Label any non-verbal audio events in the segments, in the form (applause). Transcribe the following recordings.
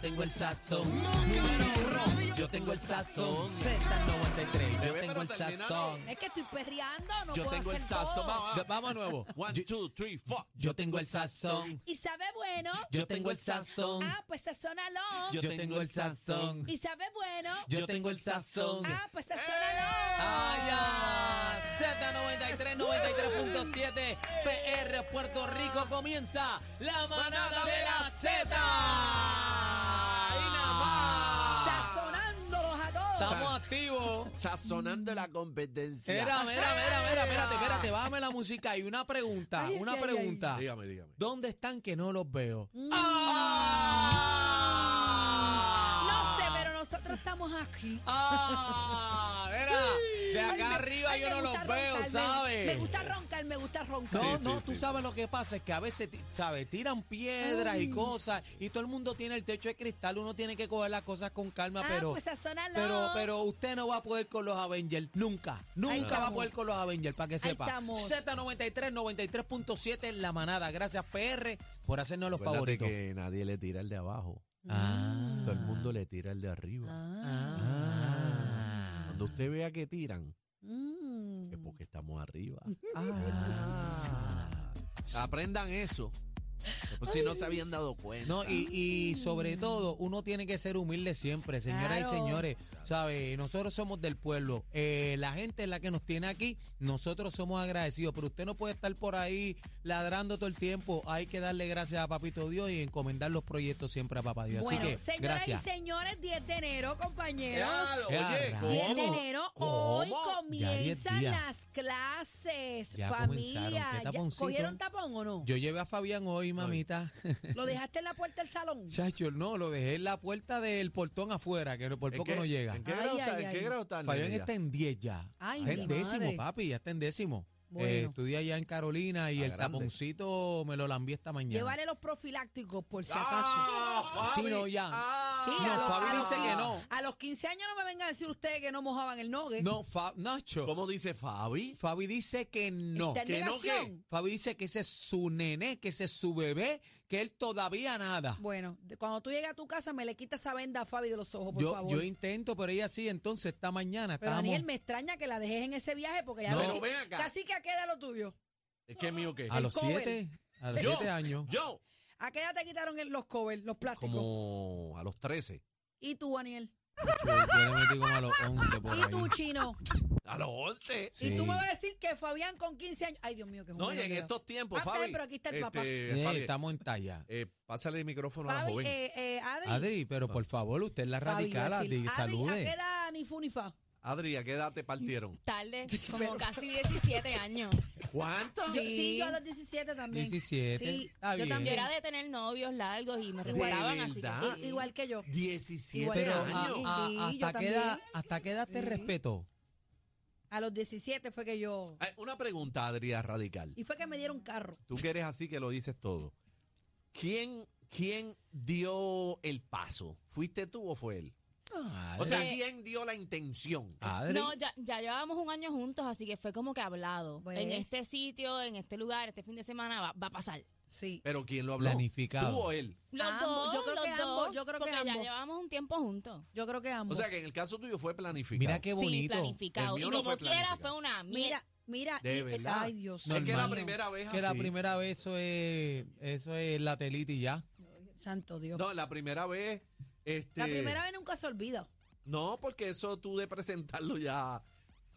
tengo el sazón. Número uno, yo tengo el sazón. Z93, yo Bebé, tengo pero el termina, sazón. Es que estoy perreando, no Yo puedo tengo el hacer sazón. todo. Vamos, vamos a nuevo. One, Yo- two, three, four. Yo tengo el sazón. Y sabe bueno. Yo tengo el sazón. Ah, pues sazónalo. Yo tengo el sazón. Y sabe bueno. Yo tengo el sazón. Ah. Ah, pues sazónalo. Ay, ya. Z93, 93.7, PR Puerto Rico comienza la manada de la Z. Ahí nada más. Sazonándolos a todos. Ah. Estamos activos. Sazonando la competencia. Mira, mira, mira, mira, (laughs) espérate, espérate, bájame la música y una pregunta, Ay, una ay, Mm. ay, pregunta. Dígame, dígame. ¿Dónde están que no los veo? Ah, No sé, ¡Ah! pero nosotros estamos aquí. ¡Ah! Mira, de Ay, me- acá arriba ay, yo me no gusta los veo, roncar, me- ¿sabes? Me gusta roncar, me gusta roncar. No, Sí, no, sí, tú sí. sabes lo que pasa es que a veces, ti- ¿sabes? Tiran piedras y cosas y todo el mundo tiene el techo de cristal, uno tiene que coger las cosas con calma, Ah, pero pues sazónalo. pero pero usted no va a poder con los Avengers, nunca, nunca va a estamos. poder con los Avengers, para que sepa. estamos. Z93 93.7 en la manada. Gracias PR por hacernos los Acuérdate favoritos. que nadie le tira el de abajo. Ah. Todo el mundo le tira el de arriba. Ah. Cuando usted vea que tiran, Mm. es porque estamos arriba. Ah. Aprendan eso. Por si no se habían dado cuenta. No, y, y sobre todo, uno tiene que ser humilde siempre, señoras y Claro. señores. ¿Sabe? Nosotros somos del pueblo. Eh, la gente es la que nos tiene aquí. Nosotros somos agradecidos. Pero usted no puede estar por ahí ladrando todo el tiempo. Hay que darle gracias a Papito Dios y encomendar los proyectos siempre a Papá Dios. Bueno, Así que, señoras gracias. y señores, 10 de enero, compañeros. Claro, oye, Ya, 10 de ¿cómo? enero, ¿Cómo? hoy Ya diez comienzan días. las clases, Ya comenzaron, qué familia. ¿Ya taponcito. ¿Cogieron tapón o no? Yo llevé a Fabián hoy, (laughs) mamita. ¿Lo dejaste en la puerta del salón? Chacho, no, lo dejé en la puerta del portón afuera, que por ¿En poco qué- no llega. ¿En qué Ay, grado está? ay, ¿En ay. qué grado está? el Fabián nene ya? está en este 10 ya. Ay, está en mi décimo, madre. papi, ya está en décimo. Bueno. Eh, estudia allá en Carolina y Ah, el grande. taponcito me lo lambí esta mañana. Llévale los profilácticos por si acaso. ¡Ah, Sí, Fabi! no, ya. ¡Ah! Sí, No, a los- Fabi a los dice que no. A los 15 años no me vengan a decir ustedes que no mojaban el nogue. No, Fa- Nacho. ¿Cómo dice Fabi? Fabi dice que no. Está en que no, negación. Fabi dice que ese es su nené, que ese es su bebé, que él todavía nada. Bueno, de- cuando tú llegas a tu casa me le quitas esa venda a Fabi de los ojos, por Yo, favor. yo intento, pero ella sí, entonces esta mañana Pero estábamos. Daniel, me extraña que la dejes en ese viaje porque ya No. lo- Pero ven acá. Casi que a qué edad lo tuyo. ¿Es que mío qué? a el los cover. siete, a los Yo, siete años. Yo. ¿A qué edad te quitaron el- los covers, los plásticos? Como a los 13. ¿Y tú, Daniel? Yo, yo le metí como a los once por ¿Y ahí. tú, Chino? A los 11. Sí. Y tú me vas a decir que Fabián con 15 años. Ay, Dios mío, que No, y en estos tiempos, Ah, está Fabi. este, bien, pero aquí está el papá. Eh, Fabi, estamos en talla. eh, pásale el micrófono a la Fabi, joven. eh, eh, Adri. Adri, pero por favor, usted es la Fabi, yo radical, decir, Adri, ¿A qué salude. edad ni fu ni fa? Adri, ¿a qué edad te (laughs) partieron? Tarde, pero- como casi (laughs) 17 años. ¿Cuánto? Yo- Sí. sí, yo a los 17 también. 17. Sí, Está yo bien. Yo también. era de tener novios largos y me De respetaban, así que Ah. verdad. sí. Igual que yo. 17 Pero, ah, Pero, años. Sí, a- a- sí, yo ¿hasta, qué también. edad, ¿hasta qué edad te respeto? A los 17 fue que yo. Eh, Una pregunta, Adri, a radical. Y fue que me dieron carro. Tú que eres así que lo dices todo. ¿Quién, quién dio el paso? ¿Fuiste tú o fue él? O sea, Eh, ¿quién dio la intención? Ah, Adri. No, ya, ya llevábamos un año juntos, así que fue como que hablado. Bueno. En este sitio, en este lugar, este fin de semana va, va a pasar. Sí. ¿Pero quién lo habló? Planificado. ¿Tú o él? Los Ambos, dos, yo creo los que dos, ambos, yo creo que porque ya ambos. llevábamos un tiempo juntos. Yo creo que ambos. O sea, que en el caso tuyo fue planificado. Mira qué Sí, bonito. planificado. El Y mío no como fue quiera planificado. fue una mira, mira. De y- eh, verdad. Ay, Dios Es que Normal. la mío. primera vez que la así. primera vez eso es, eso es la telita y ya. Santo Dios. No, la primera vez. Este, La primera vez nunca se olvida. No, porque eso tú de presentarlo ya.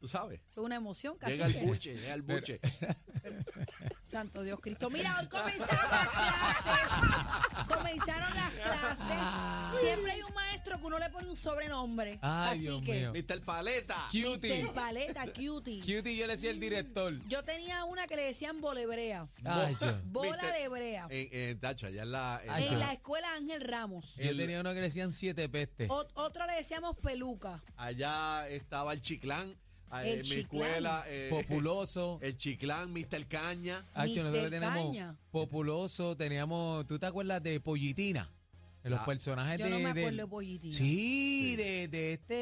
Tú sabes. Es una emoción casi. Llega el que- buche, llega el buche. Santo Dios Cristo. Mira, hoy comenzaron las clases. Comenzaron las clases. Siempre hay un maestro que uno le pone un sobrenombre. Ay, Así Dios que, mío. Mr. Paleta. Cutie. Mr. Paleta, cutie. Cutie, yo le decía el director. Yo tenía una que le decían bolebrea. Ay, yo. Bola Mister- de hebrea. Eh, En, en Tacha, ya en la. en Ay, la- yo. En la escuela Ángel Ramos. Yo tenía uno que le decían siete pestes. Ot- otro le decíamos peluca. allá estaba el Chiclán. eh, El en mi Chiclán. escuela. eh, Populoso. El Chiclán, Mr. Caña. Hacho, nosotros Mister teníamos Caña. populoso, teníamos, ¿tú te acuerdas de Pollitina? de los Ah. personajes Yo Eh, de, no me de- acuerdo de Pollitín. Sí, de, de este,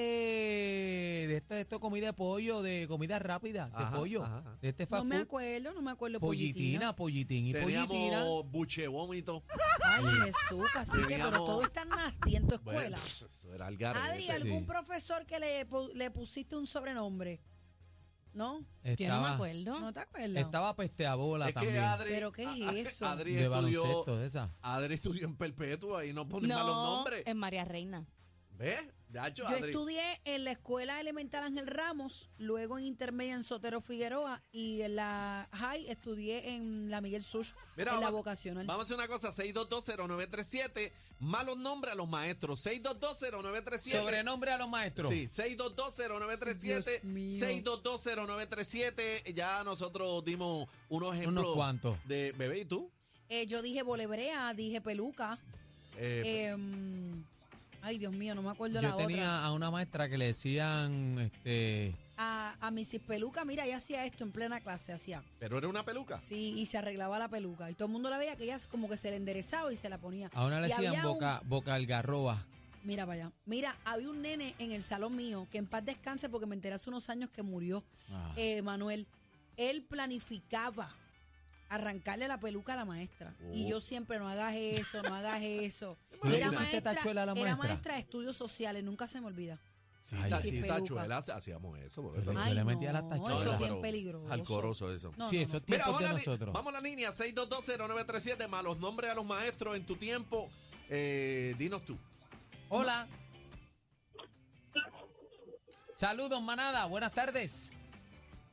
de este, de esto comida de pollo, de comida rápida, de Ajá, pollo, ajá, ajá. de este No fast me food. acuerdo, no me acuerdo de Pollitina. Pollitina, pollitín y pollitina. Teníamos buche vómito. Ay, Jesús, cacique, pero Teníamos- todo está nasty en tu Bueno, escuela. eso era el garete. Adri, ¿algún profesor que le, pu- le pusiste un sobrenombre? ¿No? Yo no me Estaba, acuerdo. ¿No te acuerdas? estaba pesteabola Es que también. Adri- ¿Pero qué es a- a- (laughs) eso? Adri de estudió- baloncesto, de esa. Adri estudió en perpetua y no ponen malos no, nombres. es María Reina. ¿Ves? De hecho, Em- Yo Adri. estudié en la Escuela Elemental Ángel Ramos, luego en Intermedia en Sotero Figueroa y en la High estudié en la Miguel Sush, Mira, en la vamos- vocacional. Vamos a hacer una cosa, 6220937, malos nombres a los maestros, 6220937. Sobrenombre a los maestros. Sí, 6220937, Dios mío. 6220937, ya nosotros dimos unos ejemplos. cuantos. De bebé y tú. Eh, yo dije bolebrea, dije peluca. Eh, em, ay, Dios mío, no me acuerdo la pues. Yo otra. tenía a una maestra que le decían, este, A, a Mrs. Peluca, mira, ella hacía esto en plena clase, hacía. pero era una peluca. Sí, y se arreglaba la peluca. Y todo el mundo la veía que ella como que se le enderezaba y se la ponía. a una le Y decían había un- boca, boca algarroba. Mira para allá. Mira, había un nene en el salón mío que en paz descanse porque me enteré hace unos años que murió. Ah. Eh, Manuel, él planificaba arrancarle la peluca a la maestra. Y Oh. yo siempre, no hagas eso, no (laughs) hagas eso. ¿Tú le pusiste tachuela a la Era maestra? maestra de estudios sociales, nunca se me olvida. Sí, Ay, ta- sí, sí, peluca. tachuela, hacíamos eso. bro. Pero Ay, yo le metía no, las tachuelas. eso es Pero bien peligroso. Alcoroso eso. No, sí, no, esos no. Mira, tiempos vamos, de a la, li- nosotros. vamos a la línea 6220937, malos nombres a los maestros en tu tiempo. Eh, dinos tú. Hola. Saludos, manada. Buenas tardes.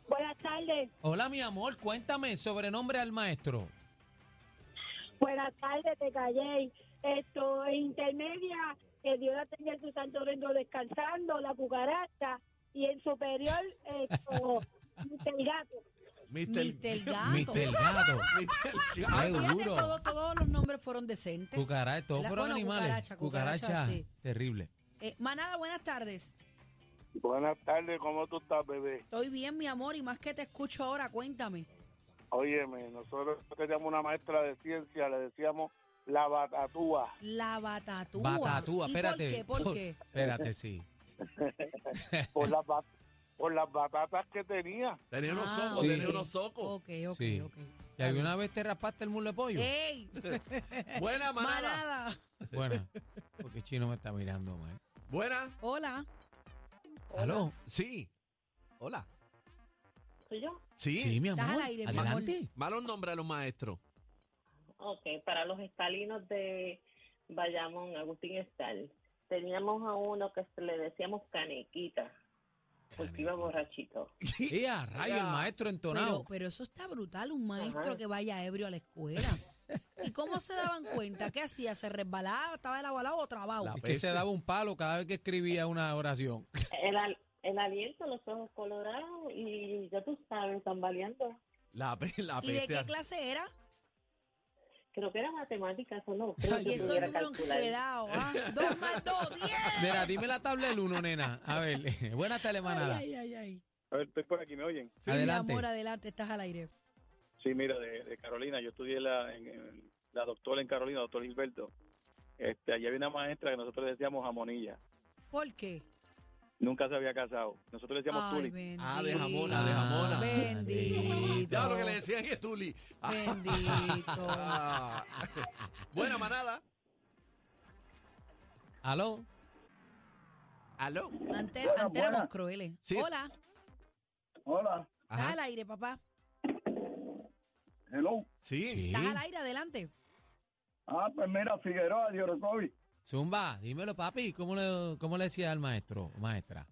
Buenas tardes, Hola, mi amor. Cuéntame sobrenombre al maestro. buenas tardes, te callé. Esto, intermedia, que Dios la tenga en su santo reino descansando, la cucaracha, y en superior, (laughs) esto, el gato. Mister, Mr. Gato. Mr. Gato. (laughs) Mister Qué Gato. Ah, Fíjate, duro. todo- todos los nombres fueron decentes. Cucaracha, todos La- fueron bueno, animales. cucaracha, cucaracha, sí. terrible. Eh, manada, buenas tardes. Buenas tardes, ¿cómo tú estás, bebé? Estoy bien, mi amor, y más que te escucho ahora, cuéntame. Óyeme, nosotros teníamos una maestra de ciencia, le decíamos la batatúa. La batatúa. Batatúa, ¿Y espérate. ¿Por qué? ¿Por qué? Espérate, sí. Por las, (laughs) bat- por las batatas que tenía. Tenía unos Ah, socos, Sí. tenía unos socos. Ok, ok, Sí. ok. ¿Y alguna vez te raspaste el muslo de pollo? ¡Ey! Buena, manada. ¡Manada! Bueno, porque Chino me está mirando mal. Buena. Hola. ¿Aló? Sí. Hola. ¿Soy yo? Sí. Sí, mi amor. Estás al aire, mi amor. Adelante. Malos nombres a los maestros. Ok, para los estalinos de Bayamón, Agustín Estal, teníamos a uno que le decíamos canequita, porque iba borrachito. Y a rayo, el Ya. maestro Pero, entonado. pero eso está brutal, un maestro Ajá. que vaya ebrio a la (laughs) escuela. ¿Y cómo se daban cuenta? ¿Qué hacía? ¿Se resbalaba? ¿Estaba de lado a lado o trabado? La- Es que se daba un palo cada vez que escribía una oración. El, al- el aliento, los ojos colorados y ya tú sabes, tambaleando. La, pe- la ¿Y de peste. qué clase era? Creo que era matemática, eso no creo Ay, Y que eso pudiera es número calcular. enredado. (laughs) ¿ah? Dos más dos, diez. Mira, dime la tabla del uno, nena. A ver, (laughs) buenas tardes, manada. Ay, ay, ay, ay. A ver, estoy por aquí, ¿me oyen? Sí, Adelante. Mi amor, adelante, estás al aire. Sí, mira, de, de Carolina, yo estudié la, en, en- la doctora en Carolina, doctor Gilberto. Este, allí había una maestra que nosotros le decíamos jamonilla. ¿Por qué? Nunca se había casado. Nosotros le decíamos Ay, Tuli. bendito. Ah, de jamona, de jamona. Bendito. Ya lo que le decían es Tuli. Bendito. (laughs) (laughs) Ah. Buena, manada. Aló. Aló. Antes, Buenas, antes éramos buenas. crueles. Sí. Hola, Hola, Ajá. estás al aire, papá. hello. Sí. Sí. Estás al aire, adelante. Ah, pues mira, Figueroa, Diorocovi. Zumba, dímelo, papi. ¿Cómo le, cómo le decía al maestro, maestra?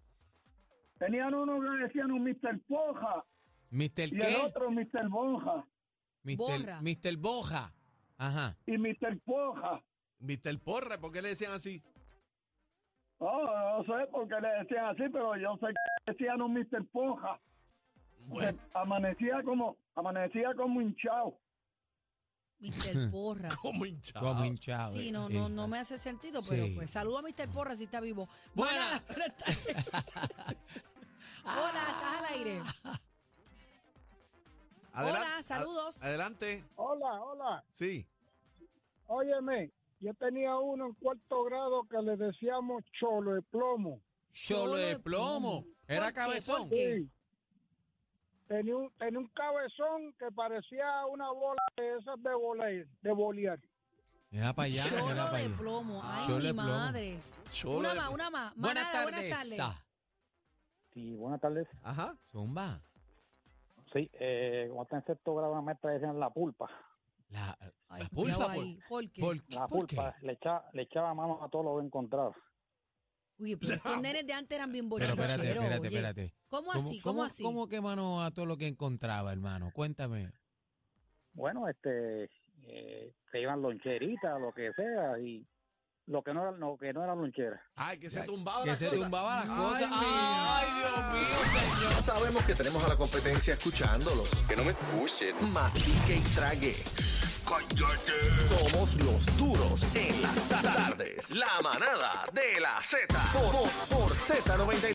Tenían uno que le decían un Mr. Poja ¿Mister qué? Mr. Bonja Mister, Borra. Mister Boja. Ajá. y Mr. Poja. Mister Porra, ¿por qué le decían así? Oh, no sé por qué le decían así, pero yo sé que decían un Mr. Poja. Bueno. Amanecía como, amanecía como hinchado. (laughs) Mr. Porra. Como hinchado. Como hinchado. Sí, eh. no, no, no me hace sentido, pero Sí. pues saludo a Mr. Porra si está vivo. Buena. Manada, (laughs) buenas tardes. Hola, estás (laughs) al aire. Adelan- Hola, saludos. a- Adelante. Hola, hola, Sí. óyeme, Yo tenía uno en cuarto grado que le decíamos cholo de plomo. Cholo de plomo. Era ¿Por qué? cabezón. ¿Por qué? Sí. Tenía un, tenía un cabezón que parecía una bola de esas de voleir, de volear. Era para allá, era Cholo para de allá. plomo. Ay, Ah. Cholo de mi plomo. madre. Cholo una de- más, una más. Buenas Manada, tardes. Sa. Sí, buenas tardes. Ajá. Zumba. Sí, eh, cuando estaba en sexto grado, una maestra decían la pulpa. La, Ay, la pulpa. cuidado Por, ahí. ¿Por qué? por- La ¿por qué? pulpa le echaba, le echaba mano a todo lo que encontraba. Oye, pero (laughs) estos nenes de antes eran bien Pero bochicheros. espérate, espérate, oye. espérate. ¿Cómo así? ¿Cómo, así? ¿Cómo que mano a todo lo que encontraba, hermano? Cuéntame. Bueno, este, eh, se iban loncheritas, lo que sea, y lo que no era, lo que no era lonchera. Ay, que se tumbaba Que las se cosas. tumbaba las Ay, cosas. mi- Ay, Dios mío, señor. Sabemos que tenemos a la competencia escuchándolos. Que no me escuchen. Mastique y trague. Somos los duros en las ta- tardes. La manada de la Z. Por, por Z93.